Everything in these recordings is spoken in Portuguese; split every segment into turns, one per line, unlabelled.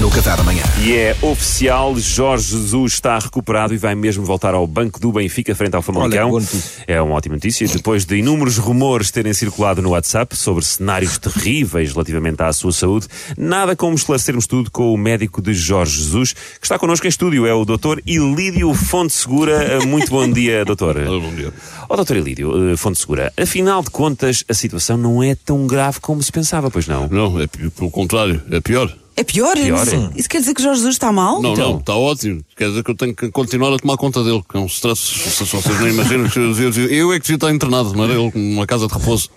no Café da Manhã.
E é oficial, Jorge Jesus está recuperado e vai mesmo voltar ao banco do Benfica frente ao Famalicão.
Olha, boa notícia.
é uma ótima notícia. Depois de inúmeros rumores terem circulado no WhatsApp sobre cenários terríveis relativamente à sua saúde, nada como esclarecermos tudo com o médico de Jorge Jesus, que está connosco em estúdio, é o Dr. Ilídio Fonte Segura. Muito bom dia, doutor. Bom dia. Ó, doutor Ilídio eh, Fonte Segura, afinal de contas, a situação não é tão grave como se pensava, pois não?
Não, é pi- pelo contrário, é pior.
É pior?
Pior,
Isso-
é.
Isso quer dizer que Jorge Jesus está mal?
Não, não, está ótimo. Quer dizer que eu tenho que continuar a tomar conta dele, que é um stress. se Vocês não imaginam. que eu- eu- Eu é que devia estar internado, não era ele numa casa de repouso.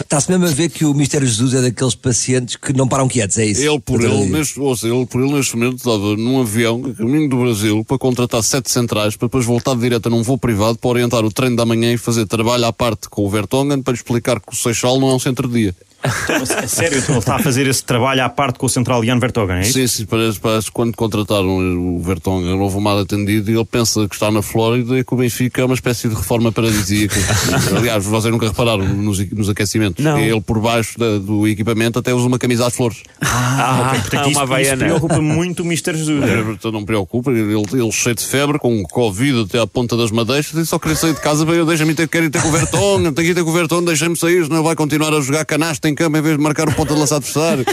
Está-se mesmo a ver que o Mistério Jesus é daqueles pacientes que não param quietos, é isso?
Ele por
Doutor
ele,
Lídio?
neste, ouça, ele por ele neste momento estava num avião a caminho do Brasil para contratar sete centrais para depois voltar direto num voo privado para orientar o treino da manhã e fazer trabalho à parte com o Vertonghen para lhe explicar que o Seixal não é um centro-dia.
A sério, então ele está a fazer esse trabalho à parte com o central Ian Vertogen, é isso?
Sim, sim, parece, parece que quando contrataram o Vertonghen houve um mal atendido e ele pensa que está na Flórida e que o Benfica é uma espécie de reforma paradisíaca. Aliás, vocês nunca repararam nos, nos aquecimentos. É
Não.
Ele por baixo da- do equipamento até usa uma camisa às flores.
Ah,
Ok, portanto, isso, isso preocupa muito o Mr. Jesus. é
Então não preocupa, ele, ele cheio de febre, com Covid até à ponta das madeixas, e só queria sair de casa, bem, eu deixa-me ter, quero ir ter com o Vertonghen, tenho que ir ter com o Vertonghen, deixa-me sair, senão ele vai continuar a jogar canasta em campo em vez de marcar o ponta de lança adversário.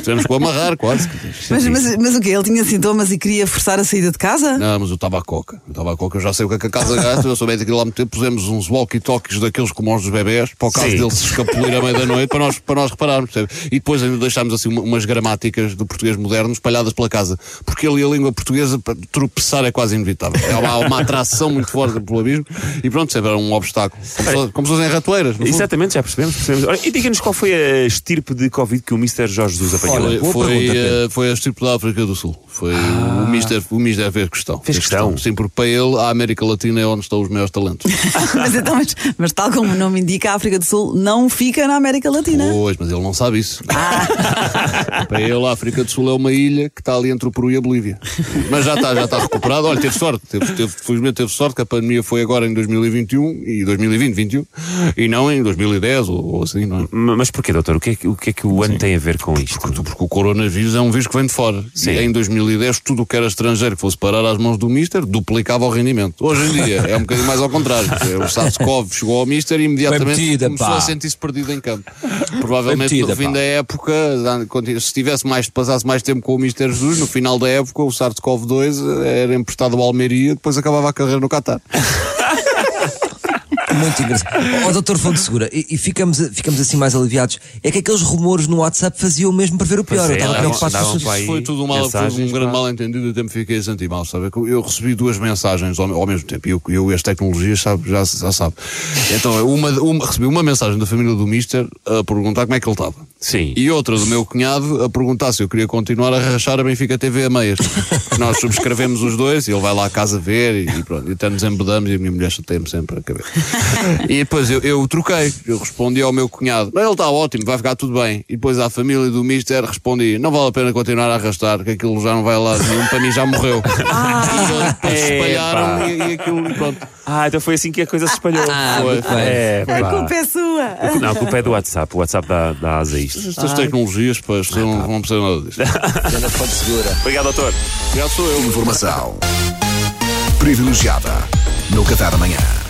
Tivemos que o amarrar, quase.
Mas, mas, mas o quê? Ele tinha sintomas e queria forçar a saída de casa?
Não, mas eu estava à coca. Eu estava à coca, eu já sei o que é que a casa gasta. Eu sou médico e lá meteu, pusemos uns walkie-talkies daqueles como os dos bebés, para o caso
Sim.
dele se escapulir à meia da noite, para nós, para nós repararmos. percebe? E depois ainda deixámos assim uma- umas gramáticas do português moderno espalhadas pela casa. Porque ele e a língua portuguesa, para tropeçar é quase inevitável. Há uma, há uma atração muito forte pelo abismo e pronto, sempre era um obstáculo. Como se fosse- Como se fossem ratoeiras. no fundo.
Exatamente, já percebemos. percebemos. Ora, e diga-nos qual foi a estirpe de Covid que o Mr. Jorge Jesus apanhou.
Olha,
boa
foi,
pergunta, Pedro.
eh, foi a estirpe da África do Sul. Foi o Mister, o Mister fez questão.
Fez questão.
Sim, porque para ele a América Latina é onde estão os maiores talentos.
mas, então, mas, mas tal como o nome indica, a África do Sul não fica na América Latina.
Pois, mas ele não sabe isso. Para ele, a África do Sul é uma ilha que está ali entre o Peru e a Bolívia. Mas já está, já está recuperado. Olha, teve sorte. Teve, teve, felizmente teve sorte que a pandemia foi agora em 2021 e 2020, 21 e não em 2010 ou, ou assim, não é?
M- Mas porquê, doutor? O que é que o, que é que o ano tem a ver com isto?
Porque, porque o coronavírus é um vírus que vem de fora.
Sim.
E em 2010, tudo o que era estrangeiro que fosse parar às mãos do Mister duplicava o rendimento. Hoje em dia é um bocadinho mais ao contrário. O SARS-COV chegou ao Mister e imediatamente
Bem metida,
começou
pá.
a sentir-se perdido em campo. Provavelmente
Bem metida,
no fim
pá.
da época, se tivesse mais, passasse mais tempo com o Mister Jesus, no final da época, o SARS-CoV-2 era emprestado ao Almeria, depois acabava a carreira no Qatar.
Muito engraçado. Ó, doutor Fonte Segura, e, e ficamos, ficamos assim mais aliviados. É que aqueles rumores no WhatsApp faziam mesmo para ver o pior.
Pois é,
eu
davam-
estava preocupado com
davam
isso.
para aí.
Foi tudo um, mal, foi um
mensagens,
grande
pá.
mal entendido, até me fiquei senti mal, sabe? Eu recebi duas mensagens ao, ao mesmo tempo, e eu, eu e as tecnologias sabe, já, já sabe. Então, uma, uma- recebi uma mensagem da família do Mister a perguntar como é que ele estava.
Sim.
E outra do meu cunhado a perguntar se eu queria continuar a rachar a Benfica TV a meias. Nós subscrevemos os dois e ele vai lá à casa ver e, e pronto, e até nos embedamos e a minha mulher chateia-me sempre a cabeça. E depois eu, eu troquei, eu respondi ao meu cunhado, "Mas ele está ótimo, vai ficar tudo bem. E depois à família do Mister respondi, não vale a pena continuar a arrastar, que aquilo já não vai lá nenhum, para mim já morreu.
Ah.
e eles espalharam e, e aquilo e pronto.
Ah, então foi assim que a coisa se espalhou.
Ah,
Foi, foi.
É, pá.
A culpa é sua.
Não, a culpa é do WhatsApp. O WhatsApp dá, dá asa a isto.
Estas tecnologias, pá, as pessoas não vão perceber nada disto.
Doutor Fonte Segura.
Obrigado, doutor.
Já sou eu.
Informação privilegiada no Café da Manhã.